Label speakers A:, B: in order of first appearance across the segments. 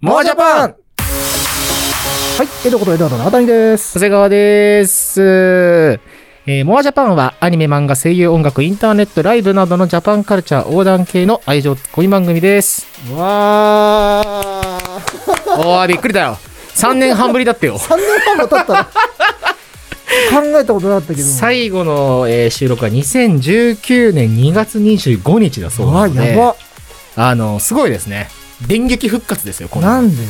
A: モアジャパン
B: はい、江戸こと江戸のあたりです。
A: 長谷川です。えーモアジャパンはアニメ、漫画、声優、音楽、インターネット、ライブなどのジャパンカルチャー横断系の愛情恋番組 です。
B: わあ、
A: おー、びっくりだよ。3年半ぶりだってよ。
B: 3年半も経った ら考えたことなかったけど。
A: 最後の、えー収録は2019年2月25日だそう
B: う
A: な
B: わ、
A: ので、
B: やば。
A: あの、すごいですね。電撃復活ですよ、この。
B: なんでよ。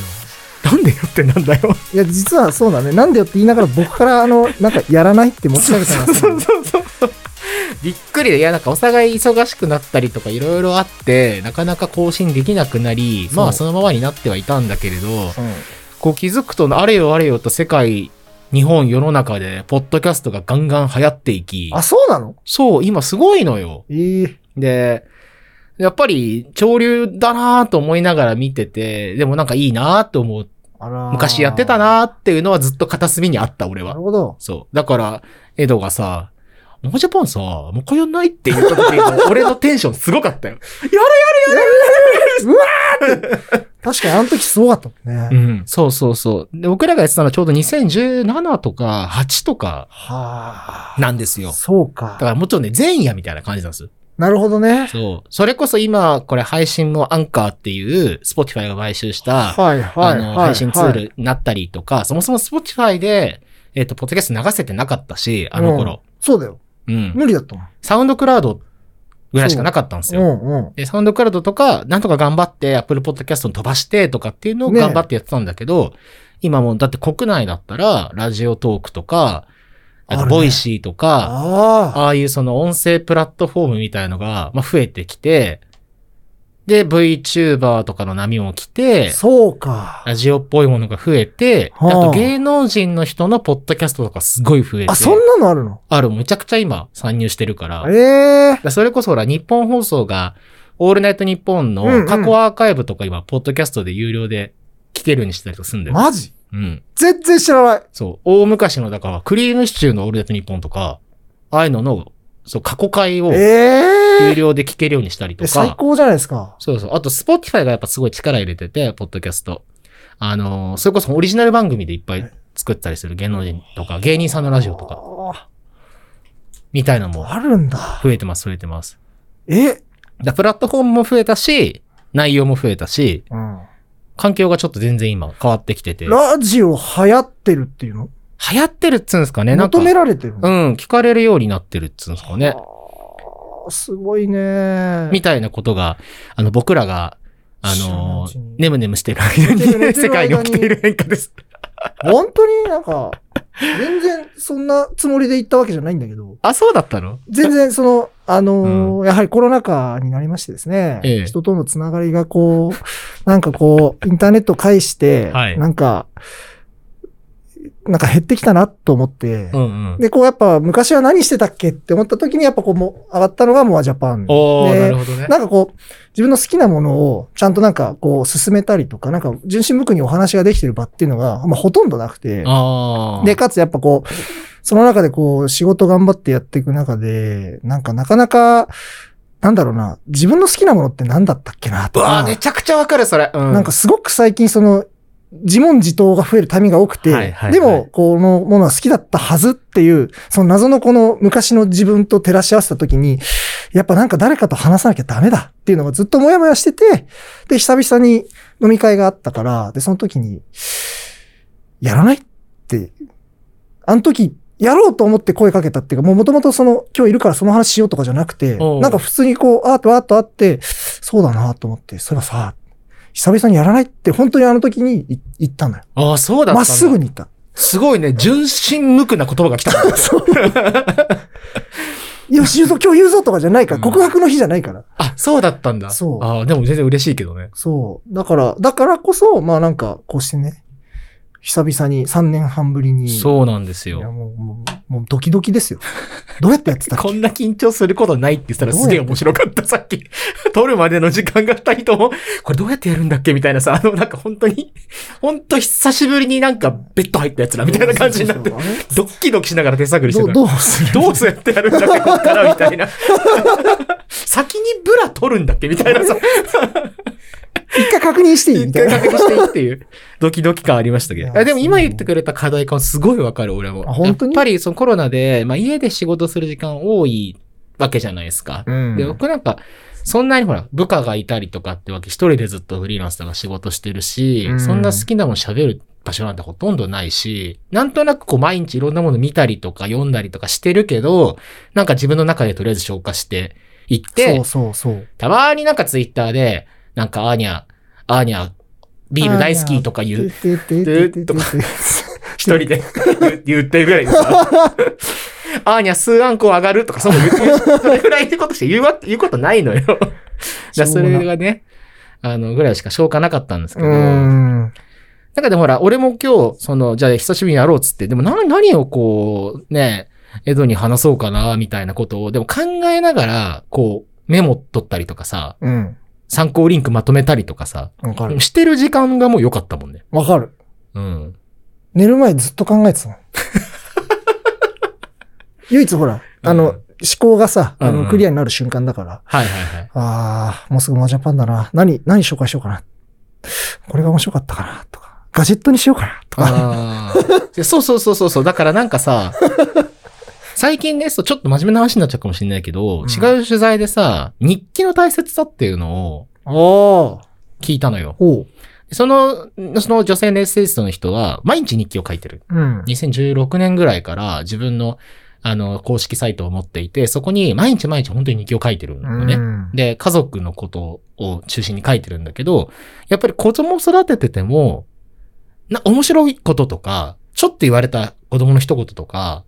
A: なんでよってなんだよ。
B: いや、実はそうだね。なんでよって言いながら僕から、あの、なんか、やらないって持ち上げた な。
A: びっくりで、いや、なんかお互い忙しくなったりとかいろいろあって、なかなか更新できなくなり、
B: そう
A: まあそのままになってはいたんだけれど、
B: うん
A: こう気づくと、あれよあれよと世界、日本、世の中で、ポッドキャストがガンガン流行っていき、
B: あ、そうなの
A: そう、今すごいのよ。
B: ええ
A: で、やっぱり潮流だなぁと思いながら見てて、でもなんかいいなぁと思う。
B: あらー
A: 昔やってたなぁっていうのはずっと片隅にあった、俺
B: なる
A: は。
B: ほど。
A: そう。だから、エドがさ、モアジャパンさ、もう一回やんないって言った時の俺のテンションすごかった よ。
B: 確かにあの時すごかったもん
A: う
B: ね。
A: ん。そうそうそう。で、僕らがやってたのはちょうど2017とか8とか
B: は
A: なんです
B: あ。
A: よ。
B: そう
A: だか
B: か。
A: らもちろんね、前夜みたいな感じなんです。
B: なるほどね。
A: そう。それこそ今、これ配信もアンカーっていう、Spotify が買収した、
B: はいはい
A: あ
B: は
A: の、
B: い。
A: 配信ツー
B: はい。
A: ルになったりとか、そもそも Spotify で、えっ、と、ポッドキャスト流せてなかったし、あの頃。
B: そうだよ。
A: うん。
B: 無理だったもん。
A: サウンドクラウドぐらいしかなかったんです
B: う
A: よ。
B: んうん。
A: で、サウンドクラウドとか、なんとか頑張って、Apple Podcast に飛ばしてとかっていうのを
B: ねえ
A: 頑張ってやってたんだけど、今もう、だって国内だったら、ラジオトークとか、あ
B: あ
A: と、
B: るね
A: ボイシーとか、
B: ああ。
A: ああいうその音声プラットフォームみたいのが、まあ、増えてきて、で、VTuber とかの波も来て、
B: そうか。
A: ラジオっぽいものが増えて、
B: はあ
A: あと芸能人の人のポッドキャストとかすごい増えて、
B: あ、そんなのあるの
A: ある、むちゃくちゃ今参入してるから、だか
B: ええ
A: らそれこそほら、日本放送が、オールナイトニッポン
B: うんう
A: の
B: ん
A: 過去アーカイブとか今、ポッドキャストで有料で聞けるようにしてたりとかするんだよ。
B: マジ
A: うん。
B: 全然知らない。
A: そう。大昔の、だから、クリームシチューのオールナイトニッポンとか、ああいうのの、そう、過去回を、
B: え
A: 有
B: え
A: 料で聞けるようにしたりと
B: え最
A: か。
B: 高じゃないですか。
A: そうそう。あと、Spotify がやっぱすごい力入れてて、ポッドキャスト。あのーそれこそオリジナル番組でいっぱい作ったりする芸能人とか、芸人さんのラジオとか、
B: あ
A: みたいなの
B: ー
A: も
B: あるんだ。
A: 増えてます、増えてます。
B: え
A: だプラットフォームも増えたし、内容も増えたし、
B: うん。
A: 環境がちょっと全然今変わってきてて。流
B: ラジオ流行ってるっていうの
A: 行ってるっつうんですかね、なんか。
B: 求
A: う
B: められてるの、
A: ん、聞かれるようになってるっつうんですかね。
B: あすごいね。
A: みたいなことが、あの、僕らが、あ
B: 知らないう
A: の
B: ち
A: ー、
B: に
A: ネムネムしてる間
B: 寝
A: に、
B: てる寝てる
A: 世界に起きている変化です。
B: 本当になんか、全然そんなつもりで言ったわけじゃないんだけど、
A: あ、そうだったの
B: 全然その、あのーやはりコロナ禍になりましてですね、
A: ええ
B: 人とのつながりがこう、なんかこう、インターネットを介して、
A: はい
B: なんか、なんか減ってきたなと思って、
A: うんうん。
B: で、こうやっぱ昔は何してたっけって思った時にやっぱこうもう上がったのがモアジャパン。
A: おー、
B: で
A: なるほどね。
B: なんかこう、自分の好きなものをちゃんとなんかこう進めたりとか、なんか純真無垢にお話ができてる場っていうのが、まあ、ほとんどなくて、
A: あー
B: で、かつやっぱこう、その中でこう仕事頑張ってやっていく中で、なんかなかなか、なんだろうな、自分の好きなものって何だったっけな
A: う
B: と
A: わ
B: か
A: ー、、めちゃくちゃわかる、それ。う
B: なんか、すごく最近その、自問自答が増えるタイミングが多くて、
A: はいはいはい
B: でも、このものは好きだったはずっていう、その謎のこの昔の自分と照らし合わせた時に、やっぱなんか誰かと話さなきゃダメだっていうのがずっともやもやしてて、で、久々に飲み会があったから、で、その時に、やらないって、あの時、やろうと思って声かけたっていうか、もう元々その、今日いるからその話しようとかじゃなくて、
A: おう
B: なんか普通にこう、あーとあーとあって、そうだなと思って、それはさ、久々にやらないって本当にあの時にい言ったのよ。
A: ああ、そうだったんだ
B: まっすぐに言った。
A: すごいね、純真無垢な言葉が来た。
B: そう。よし、言うぞ、今日言うぞとかじゃないか
A: う
B: ら、
A: ん
B: 告白の日じゃないから。
A: あ、そうだったんだ。
B: そう
A: ああ、でも全然嬉しいけどね。
B: そう。だから、だからこそ、まあなんか、こうしてね、久々に3年半ぶりに。
A: そうなんです
B: いや、
A: よ。
B: もう、もう、もうドキドキですよ。どうやってやってたっけ
A: こんな緊張することないって言ったらすげえ面白かった、さっき。 撮るまでの時間が二人とも、これどうやってやるんだっけみたいなさ、あの、なんか本当に、本当久しぶりになんかベッド入ったやつらみたいな感じになって、
B: そうそうそう
A: ドッキドキしながら手探りして
B: ど
A: た
B: う、。どうする
A: どうやってやるんだっけ、こっ からみたいな。先にブラ取るんだっけみたいなさ。
B: 一回確認していい
A: 一
B: みたい
A: 回
B: な。
A: 確認していいっていう、ドキドキ感ありましたけ
B: いや
A: ど。えでも今言ってくれた課題感すごいわかる、俺も。
B: あ本当に
A: やっぱりそのコロナで、まあ家で仕事する時間多いわけじゃないですか。
B: うん
A: で、僕なんか、そんなにほら、部下がいたりとかってわけ、一人でずっとフリーランスだから仕事してるし、
B: うん
A: そんな好きなもの喋る場所なんてほとんどないし、なんとなくこう毎日いろんなもの見たりとか読んだりとかしてるけど、なんか自分の中でとりあえず消化していって、
B: そうそうそう。
A: たまになんかツイッターで、なんかアーニャ、アーニャ、ビール大好きとか言う。
B: てててててて
A: 一 人で言ってるぐらいですアーニャ数アンコ上がるとか、その言うそれぐらいってことして言う わ言うことないのよ。だからそれがね、あの、ぐらいしか消化なかったんですけ
B: う
A: ど。
B: ん。
A: なんかでもほら、俺も今日、その、じゃあ久しぶりにやろうっつって、でもな、何をこう、ね、江戸に話そうかな、みたいなことを、でも考えながら、こう、メモ取ったりとかさ、
B: うん。
A: 参考リンクまとめたりとかさ、
B: わかる。
A: してる時間がもう良かったもんね。
B: わかる。
A: うん。
B: 寝る前ずっと考えてた の。唯一ほら、あの、
A: うん
B: 思考がさ、あ
A: うんう
B: の、
A: ん
B: クリアになる瞬間だから、
A: はいはいはい。
B: ああ、もうすぐマージャンパンだな。何、何紹介しようかな。これが面白かったかな、とか。ガジェットにしようかな、とか。
A: ああ。そうそうそうそうそう。だからなんか さ、最近ね、そうちょっと真面目な話になっちゃうかもしれないけど、
B: うん
A: 違う取材でさ、日記の大切さっていうのを
B: ああ、お
A: 聞いたのよ。
B: う。
A: その、その女性のエッセイストの人は、毎日日記を書いてる。
B: うん。
A: 2016年ぐらいから自分の、あの、公式サイトを持っていて、そこに毎日毎日本当に日記を書いてるのね。
B: うん
A: で、家族のことを中心に書いてるんだけど、やっぱり子供を育ててても、な、面白いこととか、ちょっと言われた子供の一言とか、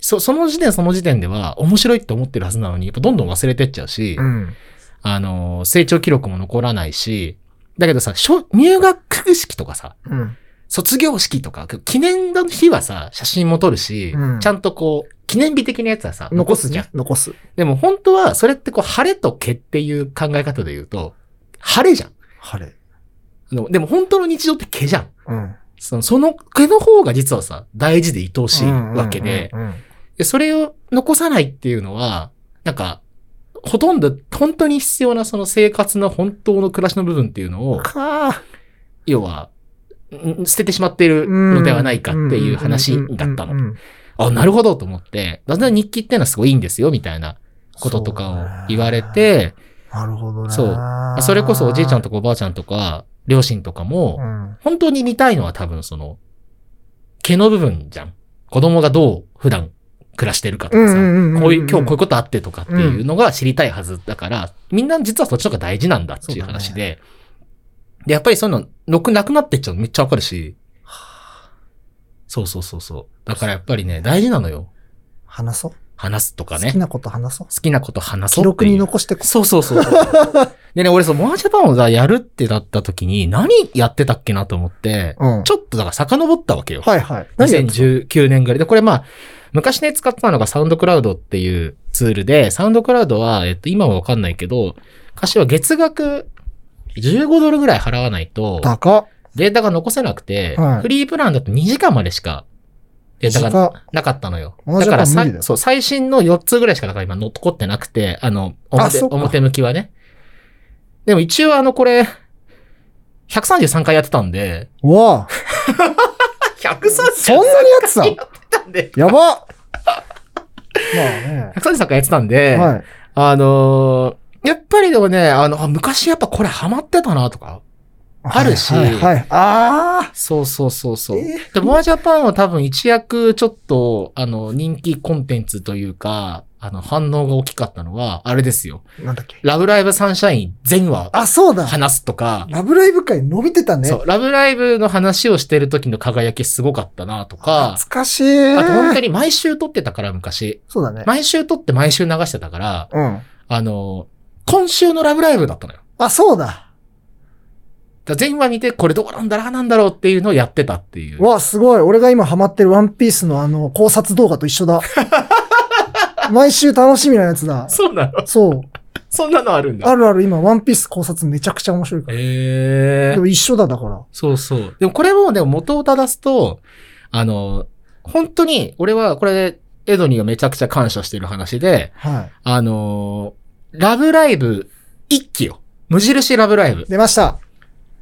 A: そ、その時点その時点では面白いって思ってるはずなのに、やっぱどんどん忘れてっちゃうし、
B: うん。
A: あの、成長記録も残らないし、だけどさ、しょ入学式とかさ、
B: うん。
A: 卒業式とか、記念の日はさ、写真も撮るし、
B: うん
A: ちゃんとこう、記念日的なやつはさ、残
B: 残
A: す
B: す
A: じ
B: じ
A: ゃん
B: ゃん。。残す。
A: でも本当は、それってこう、晴れと毛っていう考え方で言うと、晴れじゃん。
B: 晴れ。
A: あのでも本当の日常って毛じゃん。
B: うん。
A: その、その毛の方が実はさ、大事で愛おしいわけで、
B: うんうんうんうん
A: でそれを残さないっていうのは、なんか、ほとんど、本当に必要なその生活の本当の暮らしの部分っていうのを、
B: かあ。
A: 要は、ん捨ててしまっているのではないかっていう話だったの。
B: の。
A: あ、なるほどと思って、だんだん日記ってのはすごいいいんですよ、みたいなこととかを言われて、
B: なるほどね。
A: そうそれこそおじいちゃん
B: と
A: とかおばあちゃんとか、両親とか
B: う
A: も、
B: ん。
A: 本当に見たいのは多分その、毛の部分じゃん。子供がどう普段暮らしてるかとかさ、
B: うんうんうんうんうん
A: こういう、今日こういうことあってとかっていうのが知りたいはずだから、みんな実はそっちの方が大事なんだっていう話で、で、やっぱりそういうの、のくなくなってっちゃうのめっちゃわかるし、そうそうそうそう。だからやっぱりね、大事なのよ。
B: 話そう。
A: 話すとか
B: 好き
A: ね。
B: なこと話そう。
A: 好きなこと話そ
B: 記
A: うって
B: 録
A: いう。
B: に残してこ
A: そうそうそう。でね、俺そう、モアジャパンをさやるってなった時に、何やってたっけなと思って、
B: うん
A: ちょっとだから遡ったわけよ。
B: はいはい。やってた
A: 2019年ぐらい。で、これまあ、昔ね、使ってたのがサウンドクラウドっていうツールで、サウンドクラウドは、えっと、今はわかんないけど、昔は月額15ドルぐらい払わないと、
B: 高っ。
A: データが残せなくて、
B: はい
A: フリープランだと2時間までしか、データが
B: 短っ
A: なかったのよ。
B: 同
A: だ
B: じ
A: から
B: か無
A: さ
B: 理だよ
A: そう、最新の4つぐらいしかだから今残ってなくて、あの、表
B: そっか
A: 表向きはね。でも一応あの、これ、133回やってたん で、
B: うわあ。そんな
A: 133
B: にやってた
A: んで、
B: や ばまあ
A: 133回やってたんで、
B: ね。はい。
A: あのーやっぱりでもね、あの、あ昔やっぱこれハマってたなとか。あるし
B: はいはいはい。あ
A: そうそうそうそう。
B: え
A: で、モアジャパンは多分一躍ちょっと、あの、人気コンテンツというか、あの、反応が大きかったのは、あれですよ。
B: あ。なんだっけ。
A: ラブライブサンシャイン全話
B: あ、そうだ。
A: 話すとか、
B: ラブライブ会伸びてたね。
A: そう、ラブライブの話をしてる時の輝きすごかったなとか、
B: 懐かし
A: あと本当
B: い。
A: に毎週撮ってたから昔、
B: そうだね。
A: 毎週撮って毎週流してたから、
B: うん。
A: あの、今週のラブライブだったのよ。
B: あ、そうだ。
A: だから前話見てこれどうなんだろうなんだろうっていうのをやってたっていう。
B: わあ、すごい。俺が今ハマってるワンピースのあの、考察動画と一 緒だ。毎週楽しみなやつだ。
A: そうなの
B: そう。
A: そんなのあるんだ。
B: あるある今、ワンピース考察めちゃくちゃ面白いから。
A: ええ
B: でも一緒だ、だから。
A: そうそう。でもこれもでも元を正すと、あの、本当に俺はこれ、エドニーがめちゃくちゃ感謝してる話で、
B: はい。
A: あのーラブライブ一期を、無印ラブライブ。
B: 出ました。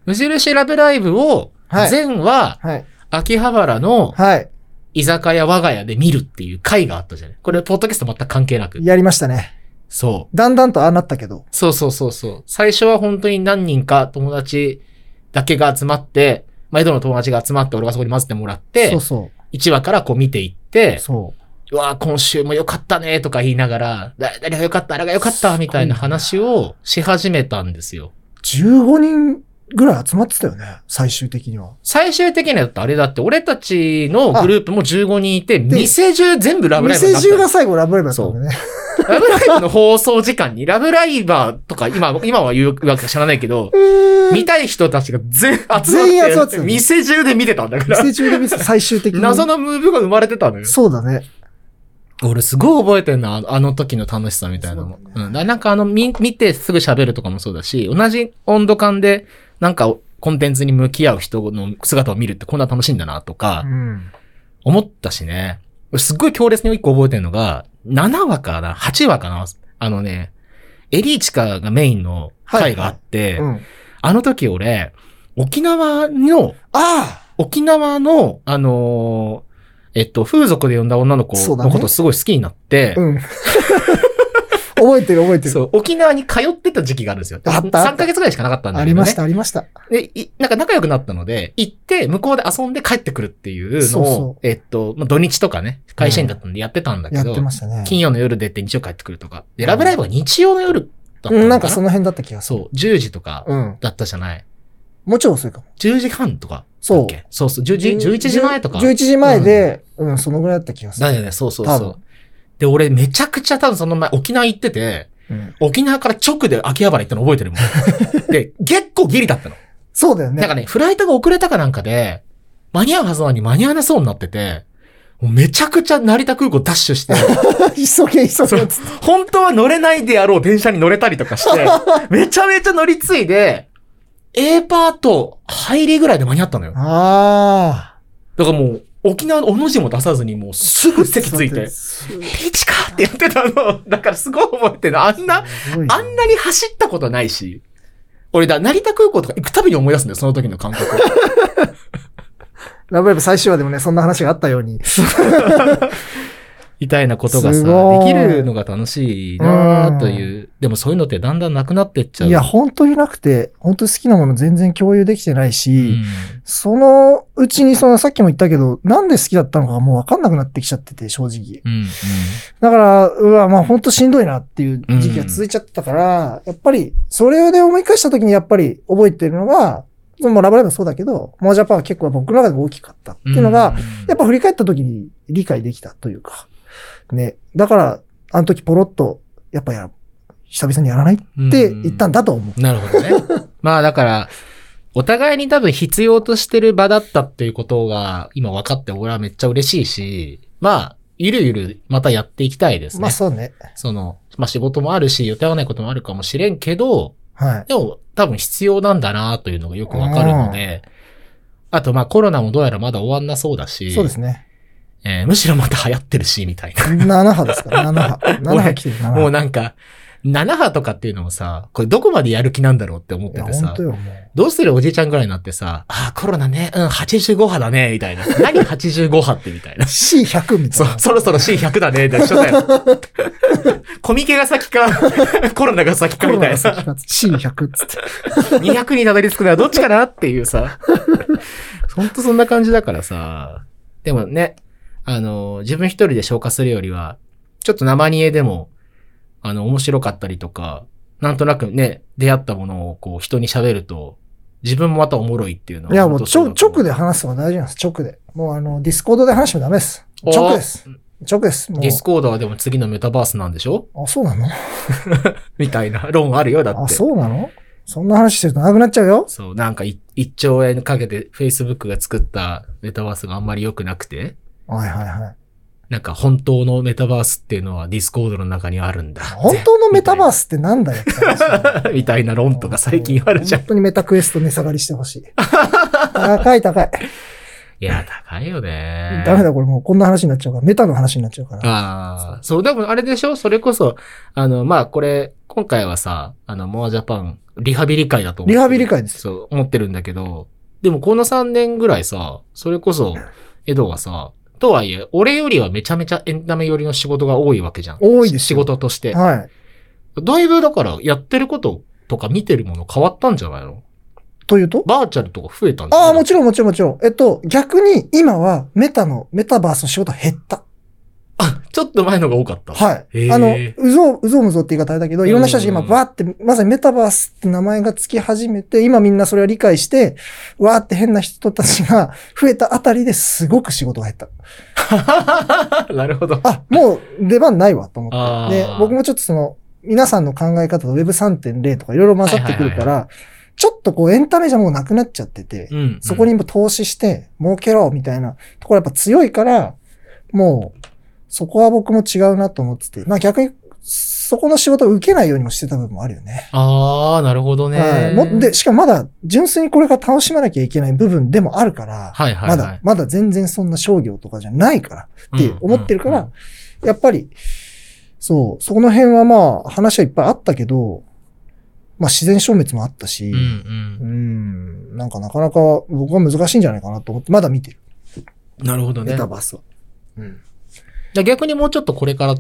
A: 無印ラブライブを、
B: はい
A: 前は、
B: はい。
A: 秋葉原の
B: はい。
A: 居酒屋我が家で見るっていう回があったじゃないこれ、ポッドキャスト全く関係なく。
B: やりましたね。
A: そう。
B: だんだんとああなったけど。
A: そうそうそうそう。最初は本当に何人か友達だけが集まって、まあ、江戸の友達が集まって、俺がそこに混ぜてもらって
B: そう、そ
A: 1話からこう見ていっ
B: う。
A: て、
B: そう。
A: うわー今週も良かったねとか言いながら、だ誰が良かった、あれが良かった、みたいな話をし始めたんですよ。
B: 15人ぐらい集まってたよね。最終的には。
A: 最終的にはだってあれだって、俺たちのグループも15人いて、店中全部ラブライブにな
B: 店
A: ったよ
B: 中が最後ラブライブだったんだよね。
A: ラブライブの放送時間に、ラブライバーとか、今、今は言うわけか知らないけど、
B: うーん
A: 見たい人たちが全集まって、
B: 全員集まってたね
A: 店中で見てたんだから。
B: 店中で見てた最終的に。
A: 謎のムーブが生まれてたのよ。
B: そうだね。
A: 俺すごい覚えてんな、あのあの時の楽しさみたいなの。
B: そううん
A: だから
B: だね
A: なんかあの、み見てすぐ喋るとかもそうだし、同じ温度感で、なんかコンテンツに向き合う人の姿を見るってこんな楽しいんだなとか
B: う、ん。
A: 思ったしね。俺すっごい強烈に一個覚えてるのが、7話かな ?8 話かなあのね、エリーチカがメインの回があって、
B: うん。
A: あの時俺、沖縄の、
B: あ
A: 沖縄の、あのーえっと、風俗で呼んだ女の子
B: そうだ
A: の
B: ね
A: ことすごい好きになって、
B: あうん。 覚えてる覚えてる。
A: そう、沖縄に通ってた時期があるんですよ。
B: あったあった
A: 3ヶ月ぐらいしかなかったんだ
B: あ
A: けど、ね。
B: りました、ありました。
A: で、いなんか仲良くなったので、行って、向こうで遊んで帰ってくるっていうのを、
B: そうそ
A: えっと、まあ、土日とかね、会社員だったんでやってたんだけ
B: やっ
A: ど、
B: てましたね。
A: 金曜の夜出て日曜帰ってくるとか。で、
B: うん
A: ラブライブは日曜の夜だったの
B: う
A: か
B: ん、
A: な
B: なんかその辺だった気がする。
A: そう、10時とか
B: うん。
A: だったじゃない。
B: もちろん遅いかも。
A: 10時半とかだっけ。
B: そう
A: そうそう、10時、11時前とか。
B: 11時前で、うん、そのぐらいだった気がする。
A: だよね、そうそう
B: 多
A: そう
B: 分。
A: で、俺めちゃくちゃ多分その前沖縄行ってて、
B: うん
A: 沖縄から直で秋葉原行ったの覚えてるも ん。で、結構ギリだったの。
B: そうだよね。
A: なんかね、フライトが遅れたかなんかで、間に合うはずなのに間に合わなそうになってて、もうめちゃくちゃ成田空港ダッシュして、
B: 急げ急
A: そう
B: げつって。
A: 本当は乗れないであろう電車に乗れたりとか して、めちゃめちゃ乗り継いで、A パート入りぐらいで間に合ったのよ。
B: ああ。
A: だからもう、沖縄のおの字も出さずにもうすぐ席ついて、ピチカーってやってたの。だからすごい覚えてるの。あんな、
B: すごいね
A: あんなに走ったことないし。俺だ、成田空港とか行くたびに思い出すんだよ、その時の感覚を。
B: ラブライブ最終話でもね、そんな話があったように。
A: みたいなことが
B: す
A: さ、
B: ご
A: でき
B: い
A: るのが楽しいなという。でもそういうのってだんだんなくなってっちゃう。
B: いや、本当になくて、本当に好きなもの全然共有できてないうし、
A: ん、
B: そのうちにそのさっきも言ったけど、なんで好きだったのかがもうわかんなくなってきちゃってて、正直。
A: うん、うん。
B: だから、うわ、まあ本当しんどいなっていう時期が続いちゃったから、やっぱり、それで思い返した時にやっぱり覚えてるのが、もうラブライブもそうだけど、モアジャパンは結構僕の中でも大きかったっていうのが、やっぱ振り返った時に理解できたというか、ね。だから、あの時ポロッと、やっぱやら、久々にやらないっ
A: って
B: 言ったんだと思う。
A: なるほどね。 まあだから、お互いに多分必要としてる場だったっていうことが今分かって俺はめっちゃ嬉しいし、まあ、ゆるゆるまたやっていきたいですね。
B: まあそうね。
A: その、まあ仕事もあるし、予定合わないこともあるかもしれんけど、
B: はい。
A: でも多分必要なんだなというのがよくわかるので、あとまあコロナもどうやらまだ終わんなそうだし、
B: そうですね。
A: えーむしろまた流行ってるし、みたいな。
B: 7波ですから、7波。7波来てる、7波。
A: もうなんか、7波とかっていうのもさ、これどこまでやる気なんだろうって思っ
B: い
A: て
B: や、
A: てさ
B: 本当、よ、もう。
A: どうするおじいちゃんぐらいになってさ、あーコロナね、うん、85波だね、みたいな。 何85波ってみたいな。
B: C100 み た
A: そ
B: いな。、
A: そろそろ C100 だね、で一緒だよ。 コミケが先か、コロナが先
B: コ
A: か
B: ロ
A: みた
B: ナ
A: い
B: が
A: な
B: 先
A: さ、
B: か C100 っ つって。
A: 200にたどり着くのはどっちかなっていう さ。ほんとそんな感じだからさ。でもね、あの、自分一人で消化するよりは、ちょっと生煮えでも、あの、面白かったりとか、なんとなくね、出会ったものをこう人に喋ると、自分もまたおもろいっていうのはい
B: や、もう、ちょ、
A: 本当そうだと思
B: 直で話すのが大事なんです、直で。もう、あの、ディスコードで話してもダメです。
A: お
B: 直です。直です。もう
A: ディスコードはでも次のメタバースなんでしょ
B: あ、そうなの
A: みたいな論あるよ、だって。
B: あ、そうなのそんな話してると長くなっちゃうよ。
A: そう、なんかい1兆円かけて Facebook が作ったメタバースがあんまり良くなくて、
B: はいはいはい。
A: なんか本当のメタバースっていうのはディスコードの中にあるんだ。
B: 本当のメタバースってなんだよって 話
A: みたいな論とか最近あるじゃん。い
B: 本当にメタクエスト値下がりして ほしい。高い高い。
A: や、高いよね。
B: ダメだ、これもうこんな話になっちゃうから、メタの話になっちゃうから。
A: ああ、そう、でもあれでしょそれこそ、あの、まあ、これ、今回はさ、あの、モアジャパンリハビリ会だと思って
B: リ
A: る
B: ハビリ会です。
A: そう、思ってるんだけど、でもこの3年ぐらいさ、それこそ、エドがさ、とはいえ、俺よりはめちゃめちゃエンタメ寄りの仕事が多いわけじゃん。
B: 多いですよ
A: 仕事として。
B: はい。
A: だいぶだから、やってることとか見てるもの変わったんじゃないの
B: というと
A: バーチャルとか増えたんじゃない
B: ああ、もちろんもちろんもちろん。えっと、逆に今はメタの、メタバースの仕事は減った。
A: あ、ちょっと前のが多かった。
B: はい。
A: へー
B: あの、うぞう、うぞうむぞって言い方あれだけど、いろんな人たちが今、
A: うん
B: わーって、まさにメタバースって名前がつき始めて、今みんなそれを理解して、わーって変な人たちが増えたあたりですごく仕事が減った。
A: なるほど。
B: あ、もう出番ないわと思
A: あー
B: って。で、僕もちょっとその、皆さんの考え方と Web3.0 とかいろいろ混ざってくる
A: は
B: か
A: いはい
B: ら、ちょっとこうエンタメじゃもうなくなっちゃってて、
A: うんうん
B: そこにも投資して儲けろみたいなところやっぱ強いから、もうそこは僕も違うなと思ってて、まあ逆にそこの仕事を受けないようにもしてた部分もあるよね。
A: ああ、なるほどね。
B: はいもで、しかもまだ純粋にこれから楽しまなきゃいけない部分でもあるから、
A: はいはいは
B: ま
A: い
B: だ、まだ全然そんな商業とかじゃないからって思ってるか
A: うんうん
B: ら、やっぱり、そう、そこの辺はまあ話はいっぱいあったけど、まあ自然消滅もあったし、
A: うん
B: う
A: うん
B: ん、なんかなかなか僕は難しいんじゃないかなと思って、まだ見てる。
A: なるほどね。
B: メ
A: だ
B: タ
A: か
B: バースは。うん。
A: ら逆にもうちょっとこれから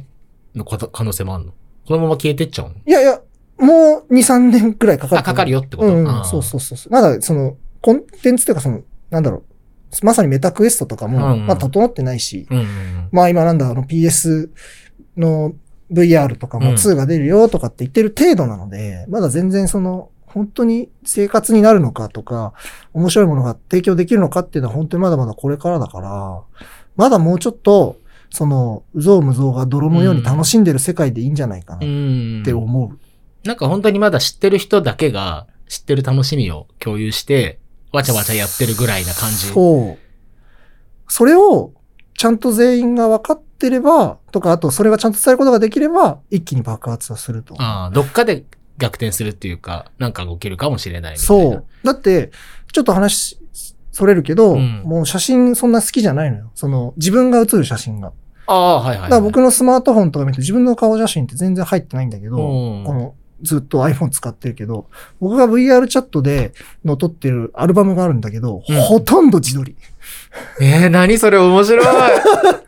A: のこと可能性もあるのこのまま消えてっちゃうの
B: いやいや、もう2、3年くらいかかる。
A: あ、かかる
B: よ
A: よってこ
B: う
A: と
B: ん、
A: あー
B: そうそうそうそう。まだその、コンテンツというかその、なんだろう、まさにメタクエストとかも、
A: うんうん
B: まあ整ってないし、
A: うんうん
B: まあ今なんだ、あの PS の VR とか
A: うん
B: も2が出るよとかって言ってる程度なので、まだ全然その、本当に生活になるのかとか、面白いものが提供できるのかっていうのは本当にまだまだこれからだから、まだもうちょっと、その、うぞうむぞうが泥のように楽しんでる世界でいいんじゃないか
A: う
B: なっ
A: ん。
B: て思う。
A: なんか本当にまだ知ってる人だけが知ってる楽しみを共有して、わちゃわちゃやってるぐらいな感じ。
B: そう。それを、ちゃんと全員が分かってれば、とか、あと、それがちゃんと伝えることができれば、一気に爆発はすると。
A: ああ、どっかで逆転するっていうか、なんか起きるかもしれないみたいな。
B: そう。。だって、ちょっと話、それるけど、
A: うん
B: もう写真そんな好きじゃないのよ。その、自分が写る写真が。
A: ああ、はいはい、は
B: だ
A: い。
B: から僕のスマートフォンとか見て自分の顔写真って全然入ってないんだけど、
A: うん
B: この、ずっと iPhone 使ってるけど、僕が VR チャットでの撮ってるアルバムがあるんだけど、
A: うん
B: ほとんど自撮り。
A: えー、何それ面 白い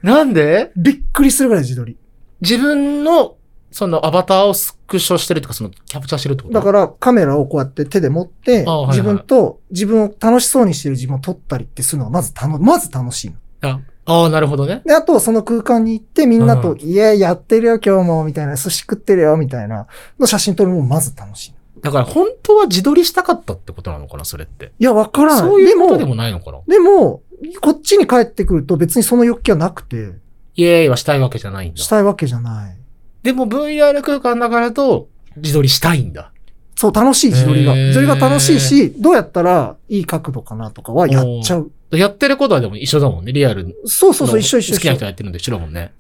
A: なんで
B: びっくりするぐらい自撮り。
A: 自分の、そのアバターをスクショしてるとか、そのキャプチャーしてるってこと、
B: だかららカメラをこうやって手で持って
A: あはいはい、
B: 自分と自分を楽しそうにしてる自分を撮ったりってするのがまず楽、まず楽しいの。
A: ああー、なるほどね。
B: で、あとその空間に行ってみんな
A: う
B: と、いや、やってるよ今日も、みたいな、寿司食ってるよ、みたいな、の写真撮るのもまず楽しいの。
A: だから本当は自撮りしたかったってことなのかな、それって。
B: いや、わからない。
A: そういうことで
B: でも、
A: もないのかな
B: でも、こっちに帰ってくると別にその欲求はなくて、
A: イエーイはしたいわけじゃないんだ
B: し。たいわけじゃない。
A: でも VR 空間だからと、自撮りしたいんだ。
B: そう、楽しい自撮りが。
A: へー
B: 自撮りが楽しいし、どうやったらいい角度かなとかはやっちゃう。
A: やってることはでも一緒だもんね、リアルの。
B: そうそうそう、一緒一緒一緒。
A: 好きな人やってるんで一緒だもんね。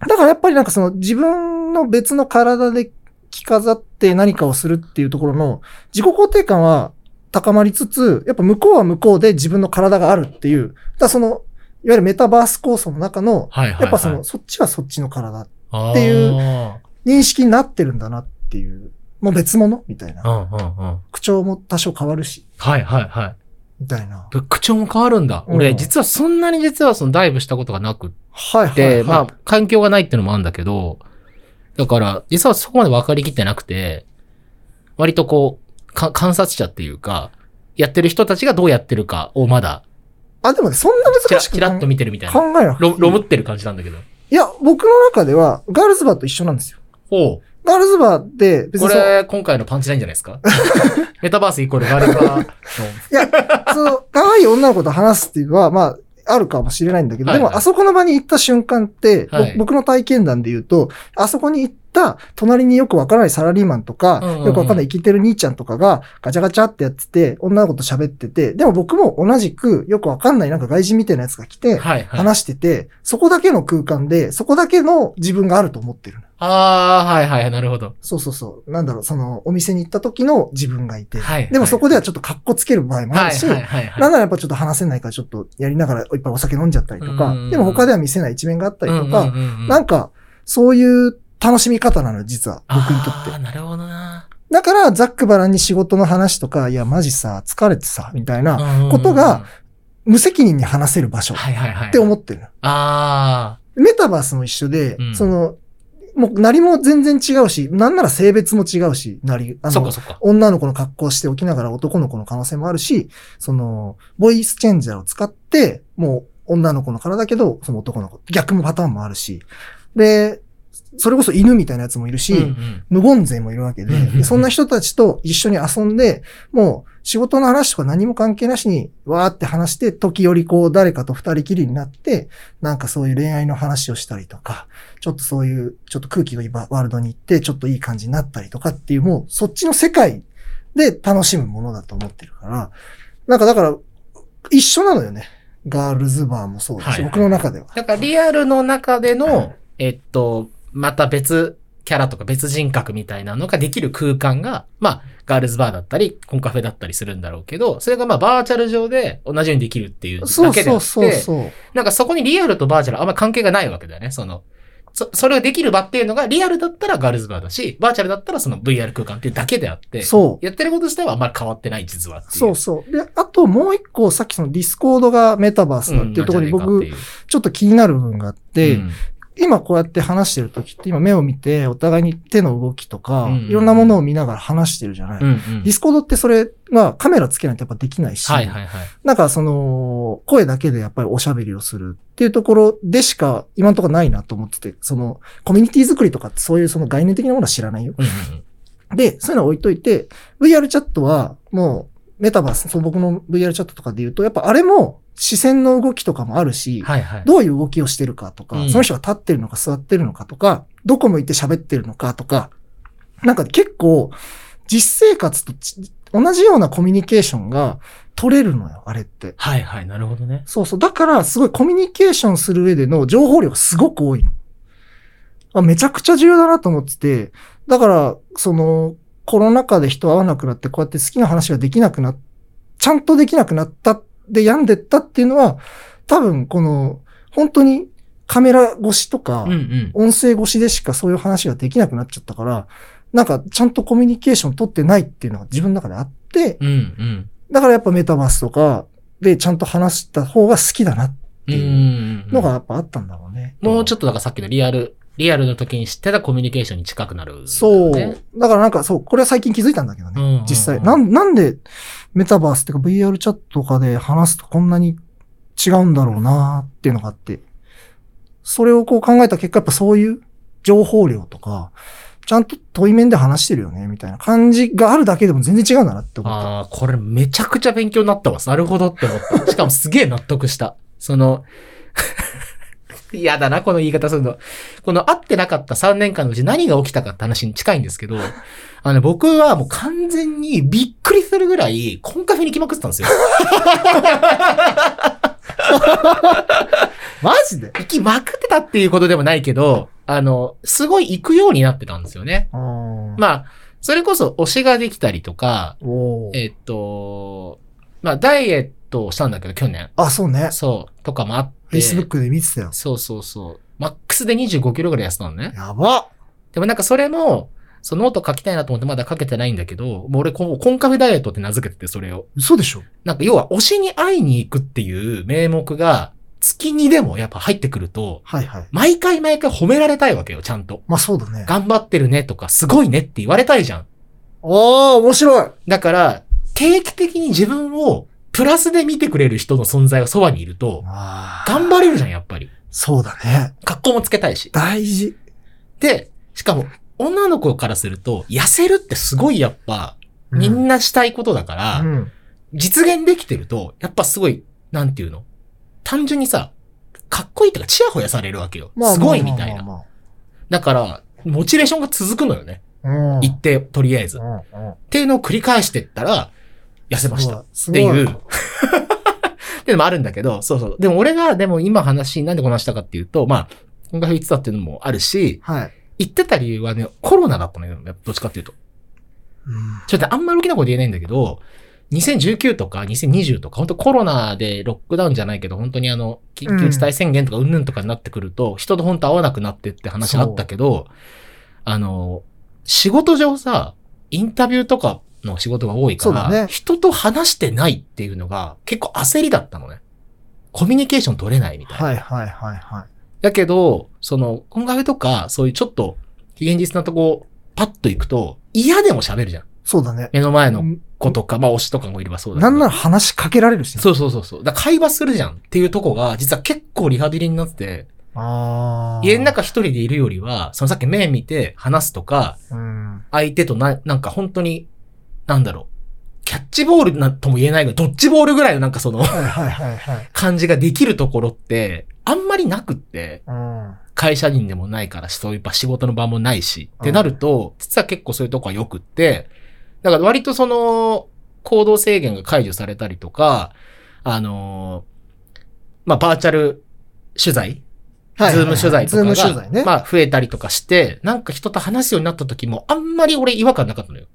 B: だからやっぱりなんかその自分の別の体で着飾って何かをするっていうところの自己肯定感は高まりつつ、やっぱ向こうは向こうで自分の体があるっていう、だからその、いわゆるメタバース構想の中の、
A: はいはい、はい。
B: やっぱその、そっちはそっちの体、
A: あー、
B: っていう
A: うんうん
B: 認識になってるんだなっていう、もう別物みたいな。
A: うん。
B: 口調も多少変わるし、
A: はいはいはい。
B: みたいな。
A: 口調も変わるんだ。
B: うん
A: 俺、実はそんなに実はそのダイブしたことがなくっ
B: はいはい、は
A: て、
B: い。
A: まあ、環境がないってのもあるんだけど、だから、実はそこまで分かりきってなくて、割とこう、か観察者っていうか、やってる人たちがどうやってるかをまだ、
B: あ、でもねそんな
A: ちら
B: 難しく
A: ちらっと
B: 考
A: 見てるみたいな。
B: えなくてい
A: ロ
B: い
A: ロムってる感じなんだけど。
B: いや、僕の中では、ガールズバーと一緒なんですよ。
A: おう
B: ガールズバーって別
A: こ
B: にその
A: れ、今回のパンチラインじゃないですか メタバースイコールガールズバーの。
B: その、可愛い女の子と話すっていうのは、まあ、あるかもしれないんだけど、
A: はいはい
B: でも、あそこの場に行った瞬間って、ぼ
A: はい
B: 僕の体験談で言うと、あそこに行った、隣によくわからないサラリーマンとか、
A: うんうんうん
B: よくわかんないイケてる兄ちゃんとかが、ガチャガチャってやってて、女の子と喋ってて、でも僕も同じく、よくわかんないなんか外人みたいなやつが来
A: は
B: て、
A: いはい。
B: 話してて、そこだけの空間で、そこだけの自分があると思ってるの。
A: ああ、はいはい、なるほど。
B: そうそうそう。なんだろう、その、お店に行った時の自分がいて。
A: はい
B: でもそこではちょっと格好つける場合もあ
A: は
B: る
A: い
B: し、
A: はいはいはい。
B: なんならやっぱちょっと話せないからちょっとやりながらいっぱいお酒飲んじゃったりとか
A: うん、
B: でも他では見せない一面があったりと
A: うん
B: か、
A: うんうんうん
B: なんかそういう楽しみ方なのよ実は僕にと
A: あ
B: っ
A: ーなるほどな。
B: だから、ざっくばらんに仕事の話とか、いや、マジさ、疲れてさ、みたいな、ことが、無責任に話せる場所っ
A: はいはいはい。
B: て思ってる。
A: あ
B: メタバースも一緒で、
A: うん
B: その、もう、なりも全然違うし、なんなら性別も違うし、なり、あ
A: あ、
B: の
A: そっかそっか。
B: 女の子の格好をしておきながら男の子の可能性もあるし、その、ボイスチェンジャーを使って、もう女の子の体だけど、その男の子、逆もパターンもあるし、で、それこそ犬みたいなやつもいるし、
A: うんうん
B: 無言勢もいるわけで
A: うんうんうん
B: でそんな人たちと一緒に遊んで、もう仕事の話とか何も関係なしに、わーって話して、時折こう誰かと二人きりになって、なんかそういう恋愛の話をしたりとか、ちょっとそういう、ちょっと空気のいいワールドに行って、ちょっといい感じになったりとかっていう、もうそっちの世界で楽しむものだと思ってるから、なんかだから、一緒なのよね。ガールズバーもそうだし、
A: はいはい
B: 僕の中では。
A: なんかリアルの中での、えっと、また別キャラとか別人格みたいなのができる空間が、まあ、ガールズバーだったり、コンカフェだったりするんだろうけど、それがまあバーチャル上で同じようにできるっていうだ
B: そう
A: けであっ
B: そうそう
A: て、
B: そう。
A: なんかそこにリアルとバーチャルあんま関係がないわけだよね、その。そ、それができる場っていうのが、リアルだったらガールズバーだし、バーチャルだったらその VR 空間っていうだけであって、
B: そう。
A: やってること自体はあんまり変わってない、実はっていう。
B: そうそう。で、あともう一個、さっきそのディスコードがメタバースだっていうところに僕、ちょっと気になる部分があって、
A: うん
B: 今こうやって話してる時って、今目を見て、お互いに手の動きとか、
A: うん
B: いろんなものを見ながら話してるじゃない。
A: うんうん
B: ディスコードってそれはカメラつけないとやっぱできないし、
A: はいはいはい。
B: なんかその、声だけでやっぱりおしゃべりをするっていうところでしか今のところないなと思ってて、その、コミュニティ作りとかってそういうその概念的なものは知らないよ。
A: うんうん
B: で、そういうの置いといて、VR チャットは、もう、メタバース、そう僕の VR チャットとかで言うと、やっぱあれも、視線の動きとかもあるし、
A: うんはいはい。
B: どういう動きをしてるかとか、
A: うん
B: その人が立ってるのか座ってるのかとか、どこ向いて喋ってるのかとか、なんか結構、実生活とち同じようなコミュニケーションが取れるのよ、あれって。
A: はいはい、なるほどね。
B: そうそう。だから、すごいコミュニケーションする上での情報量がすごく多いの。あめちゃくちゃ重要だなと思ってて、だから、その、コロナ禍で人会わなくなって、こうやって好きな話ができなくなっ、ちゃんとできなくなった、で病んでったっていうのは、多分この、本当にカメラ越しとか、
A: うんうん。
B: 音声越しでしかそういう話ができなくなっちゃったから、なんかちゃんとコミュニケーション取ってないっていうのが自分の中であって、
A: うんうん。
B: だからやっぱメタバースとかでちゃんと話した方が好きだなって
A: うんう
B: いうん
A: うん
B: のがやっぱあったんだろうね。
A: もうちょっとだからさっきのリアル、リアルの時に知ってたコミュニケーションに近くなる、
B: そう。
A: ね。
B: だからなんかそう、これは最近気づいたんだけどね。
A: うんうんうん
B: 実際。なん、なんでメタバースっていうか VR チャットとかで話すとこんなに違うんだろうなっていうのがあって。それをこう考えた結果、やっぱそういう情報量とか、ちゃんと対面で話してるよね、みたいな感じがあるだけでも全然違うんだなって思った。
A: ああ、これめちゃくちゃ勉強になったわ。なるほどって思った。しかもすげえ納得した。その、 嫌だな、この言い方するの。この会ってなかった3年間のうち何が起きたかって話に近いんですけど、あの、僕はもう完全にびっくりするぐらい、コンカフェに行きまくってたんですよ。
B: マジで
A: 行きまくってたっていうことでもないけど、あの、すごい行くようになってたんですよね。
B: あー
A: まあ、それこそ推しができたりとか、
B: おー
A: えっと、まあ、ダイエットをしたんだけど、去年。
B: あ、そうね。
A: そう、とかもあって。
B: Facebook で見てたよ。
A: そうそうそう。マックスで25キロぐらい痩せたのね。
B: やば
A: でもなんかそれも、そのノート書きたいなと思ってまだ書けてないんだけど、もう俺こう、コンカフェダイエットって名付けてて、それを。
B: 嘘でしょ
A: なんか要は推しに会いに行くっていう名目が、月にでもやっぱ入ってくると、
B: はいはい。
A: 毎回毎回褒められたいわけよ、ちゃんと。
B: まあそうだね。あ
A: 頑張ってるねとか、すごいねって言われたいじゃん。
B: あ、面白い
A: だから、定期的に自分をプラスで見てくれる人の存在がそばにいると、頑
B: 頑
A: 張れるじゃん、やっぱり。
B: そうだね。
A: 格好もつけたいし。
B: 大事。
A: で、しかも、女の子からすると、痩せるってすごいやっぱ、みんなしたいことだから、
B: うん。
A: 実現できてると、やっぱすごい、なんていうの単純にさ、かっこいいとか、チヤホヤされるわけよ。すごいみたいな。
B: まあ
A: だから、モチベーションが続くのよね。
B: まあまあまあ。うん
A: 一定、とりあえず。っ
B: うんうん
A: ていうのを繰り返してったら、痩せました。っ
B: すご
A: て
B: い。
A: いう。っ
B: す
A: てい
B: ご
A: うのもあるんだけど、そうそう。でも俺が、でも今話、なんでこの話したかっていうと、まあ、音楽言ってたっていうのもあるし、
B: はい。
A: 言ってた理由はね、コロナだったのよ。どっちかっていうと。
B: うん
A: ちょっとあんまり大きなこと言えないんだけど、2019とか2020とか、本当コロナでロックダウンじゃないけど、本当にあの、緊急事態宣言とかうんぬんとかになってくると、人と本当会わなくなってって話があったけど、あの、仕事上さ、インタビューとかの仕事が多いか
B: そうだ
A: ら、
B: ね
A: 人と話してないっていうのが結構焦りだったのね。コミュニケーション取れないみたいな。
B: はいはいはいはい。
A: だけど、その、コンカフェとか、そういうちょっと、非現実なとこ、パッと行くと、嫌でも喋るじゃん。
B: そうだね。
A: 目の前の子とか、まあ、推しとかもいればそうだけ
B: な
A: ど
B: んなら話しかけられるしね。
A: そうそうそうそう。だから会話するじゃんっていうとこが、実は結構リハビリになってて、
B: あー
A: 家の中一人でいるよりは、そのさっき目見て話すとか、
B: うん。
A: 相手とな、なんか本当に、なんだろう、キャッチボールなんとも言えないが、ドッジボールぐらいのなんかその
B: はいはいはいはい。
A: 感じができるところって、あんまりなくって、
B: うん。
A: 会社人でもないから、そういう場仕事の場もないし、ってなると、実は結構そういうとこは良くって、だから割とその、行動制限が解除されたりとか、あのーまあ、バーチャル取材ズーム取材と
B: ズー
A: か
B: ム
A: が、
B: 取材ね。
A: まあ、増えたりとかして、なんか人と話すようになった時も、あんまり俺違和感なかったのよ。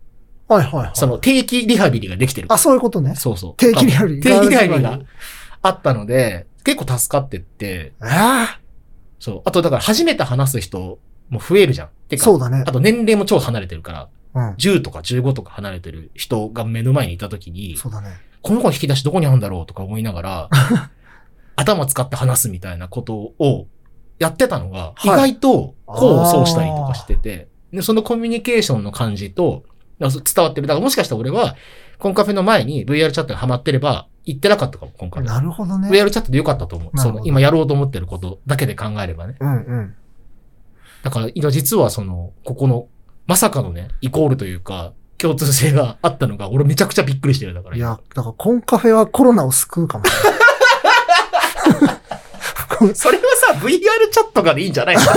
B: はいはいはい。
A: その、定期リハビリができてるから
B: あ、そういうことね。
A: そうそう。
B: 定期リハビリ
A: 定期リハビリ
B: ガー
A: が
B: ルズ
A: あったので、結構助かってって、
B: あ
A: そう。あと、だから初めて話す人も増えるじゃん。て
B: あ、
A: か、
B: そうだね
A: あ。と年齢も超離れてるから、
B: うん。
A: 10とか15とか離れてる人が目の前にいた時に、
B: そうだね。
A: この子の引き出しどこにあるんだろうとか思いなが ら、頭使って話すみたいなことをやってたのが、意
B: はい
A: 外と功を奏したりとかしてて、で、そのコミュニケーションの感じと、だから伝わってる。だからもしかしたら俺は、コンカフェの前に VR チャットにハマってれば、行ってなかったかも、今回。
B: なるほどね。
A: VR チャットでよかったと思う。
B: なる
A: そ
B: ほど
A: の、今やろうと思ってることだけで考えればね。
B: うんうん。
A: だから、今実はその、ここの、まさかのね、イコールというか、共通性があったのが、俺めちゃくちゃびっくりしてる。だから。
B: いや、だからコンカフェはコロナを救うかもしれない。
A: それはさ、VR チャットがでいいんじゃないの
B: コ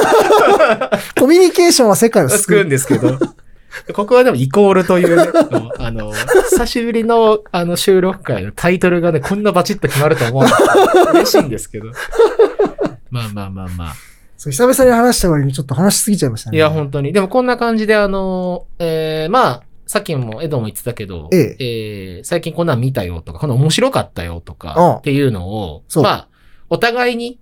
B: ミュニケーションは世界 を
A: 作
B: 救
A: るん
B: う。
A: ですけど。ここはでもイコールというね、あの、久しぶりのあの収録会のタイトルがね、こんなバチッと決まると思うの嬉しいんですけど。まあまあまあまあ。
B: そう久々に話した割にちょっと話しすぎちゃいましたね。
A: いや、本当に。でもこんな感じで、あの、えー、まあ、さっきもエドも言ってたけど、
B: え
A: えー最近こんなん見たよとか、この面白かったよと
B: うん
A: か、っていうのを、
B: そう
A: まあ、お互いに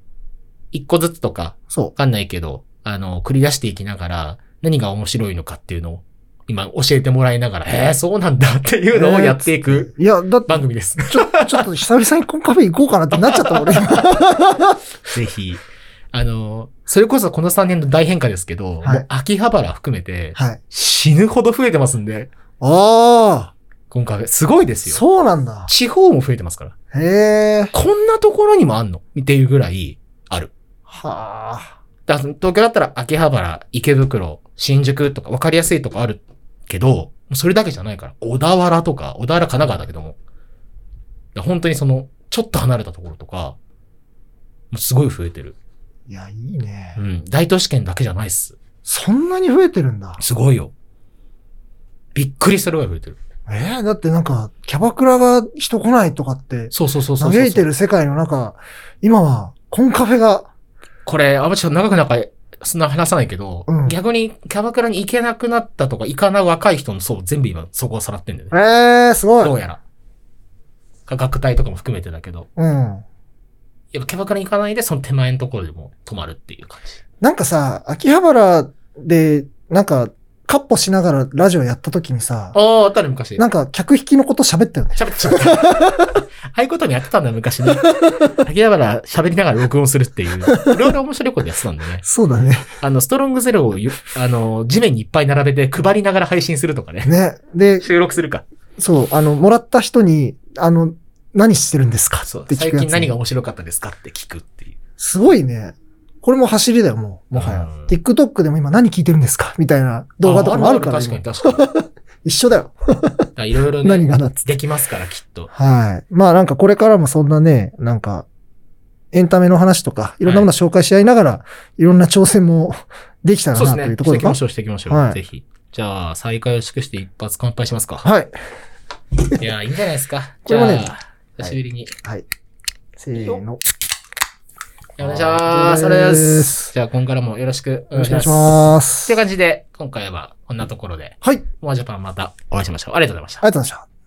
A: 一個ずつとか、
B: そ
A: わかんないけど、あの、繰り出していきながら、何が面白いのかっていうのを、今教えてもらいながら、えー、そうなんだっていうのをやっていく
B: う。いや、だって
A: 番組です。
B: ちょ、 ちょっと久々にコンカフェ行こうかなってなっち ゃった俺。
A: ぜひ。 あの、それこそこの3年の大変化ですけど、
B: はい
A: もう秋葉原含めて、
B: はい。
A: 死ぬほど増えてますんで、
B: ああ、
A: 今回、すごいですよ。
B: そうなんだ。
A: 地方も増えてますから。
B: へえ。
A: こんなところにもあんのっていうぐらい、
B: はあ。
A: だから東京だったら秋葉原、池袋、新宿とか分かりやすいとこあるけど、もうそれだけじゃないから、小田原とか、小田原神奈川だけども、だから本当にその、ちょっと離れたところとか、もうすごい増えてる。
B: いや、いいね
A: う。ん。大都市圏だけじゃないっす。
B: そんなに増えてるんだ。
A: すごいよ。びっくりするぐらい増えてる。
B: えーだってなんか、キャバクラが人来ないとかって、
A: そうそうそうそうそう
B: 嘆いてる世界の中、今は、コンカフェが、
A: これ、あんまちょっと長くなんか、そんな話さないけど、
B: うん
A: 逆にキャバクラに行けなくなったとか、行かない若い人の層全部今そこをさらってんだよね。
B: ええすご
A: ど
B: い。
A: うやら。価格帯とかも含めてだけど。
B: うん。
A: やっぱキャバクラに行かないで、その手前のところでも泊まるっていう感じ。
B: なんかさ、秋葉原で、なんか、カッポしながらラジオやった時にさ、
A: ああ、あったね、昔。
B: なんか、客引きのこと喋ったよね。
A: 喋っちゃった。ああいうことにやってたんだ、昔 ね。秋葉原喋りながら録音するっていう。いろいろ面白いことやってたんだね。
B: そうだね。
A: あの、ストロングゼロをゆ、あの、地面にいっぱい並べて配りながら配信するとかね。
B: ね。で、
A: 収録するか。
B: そう、あの、もらった人に、あの、何してるんですか
A: そう
B: って。聞
A: 最
B: くやつ
A: 近何が面白かったですかって聞くっていう。
B: すごいね。これも走りだよ、もう。もはや
A: うん。
B: TikTok でも今何聞いてるんですかみたいな動画とかもあるから、
A: 確かに
B: 今
A: 確かに。だか
B: 一緒だよ。
A: ら いろいろ
B: 何
A: ね、
B: がなっつって
A: できますから、きっと。
B: はい。まあなんかこれからもそんなね、なんか、エンタメの話とか、いろんなもの紹介し合いながら、い、ろんな挑戦も できたら
A: そうで
B: な
A: す
B: と
A: ね。
B: いうと
A: して
B: ころ
A: いき
B: か
A: ましょう、していきましょう。
B: はい
A: ぜひ。じゃあ、再開を祝して一発乾杯しますか。
B: はい。
A: いや、いいんじゃないですか。
B: こ
A: じ
B: れ
A: ゃ
B: も
A: あ、
B: ね
A: 久しぶりに。
B: はい。せーの。
A: お願いします。それで。
B: ですす
A: じゃあ、今からもよろしくお願
B: よろ
A: い
B: しく
A: し
B: お願
A: ま
B: い
A: す。
B: しま
A: という
B: す。
A: 感じで、今回はこんなところで、
B: はい。ありがとう
A: モアジャパンまたお会いしましょう。ありがとうございました。
B: ございました。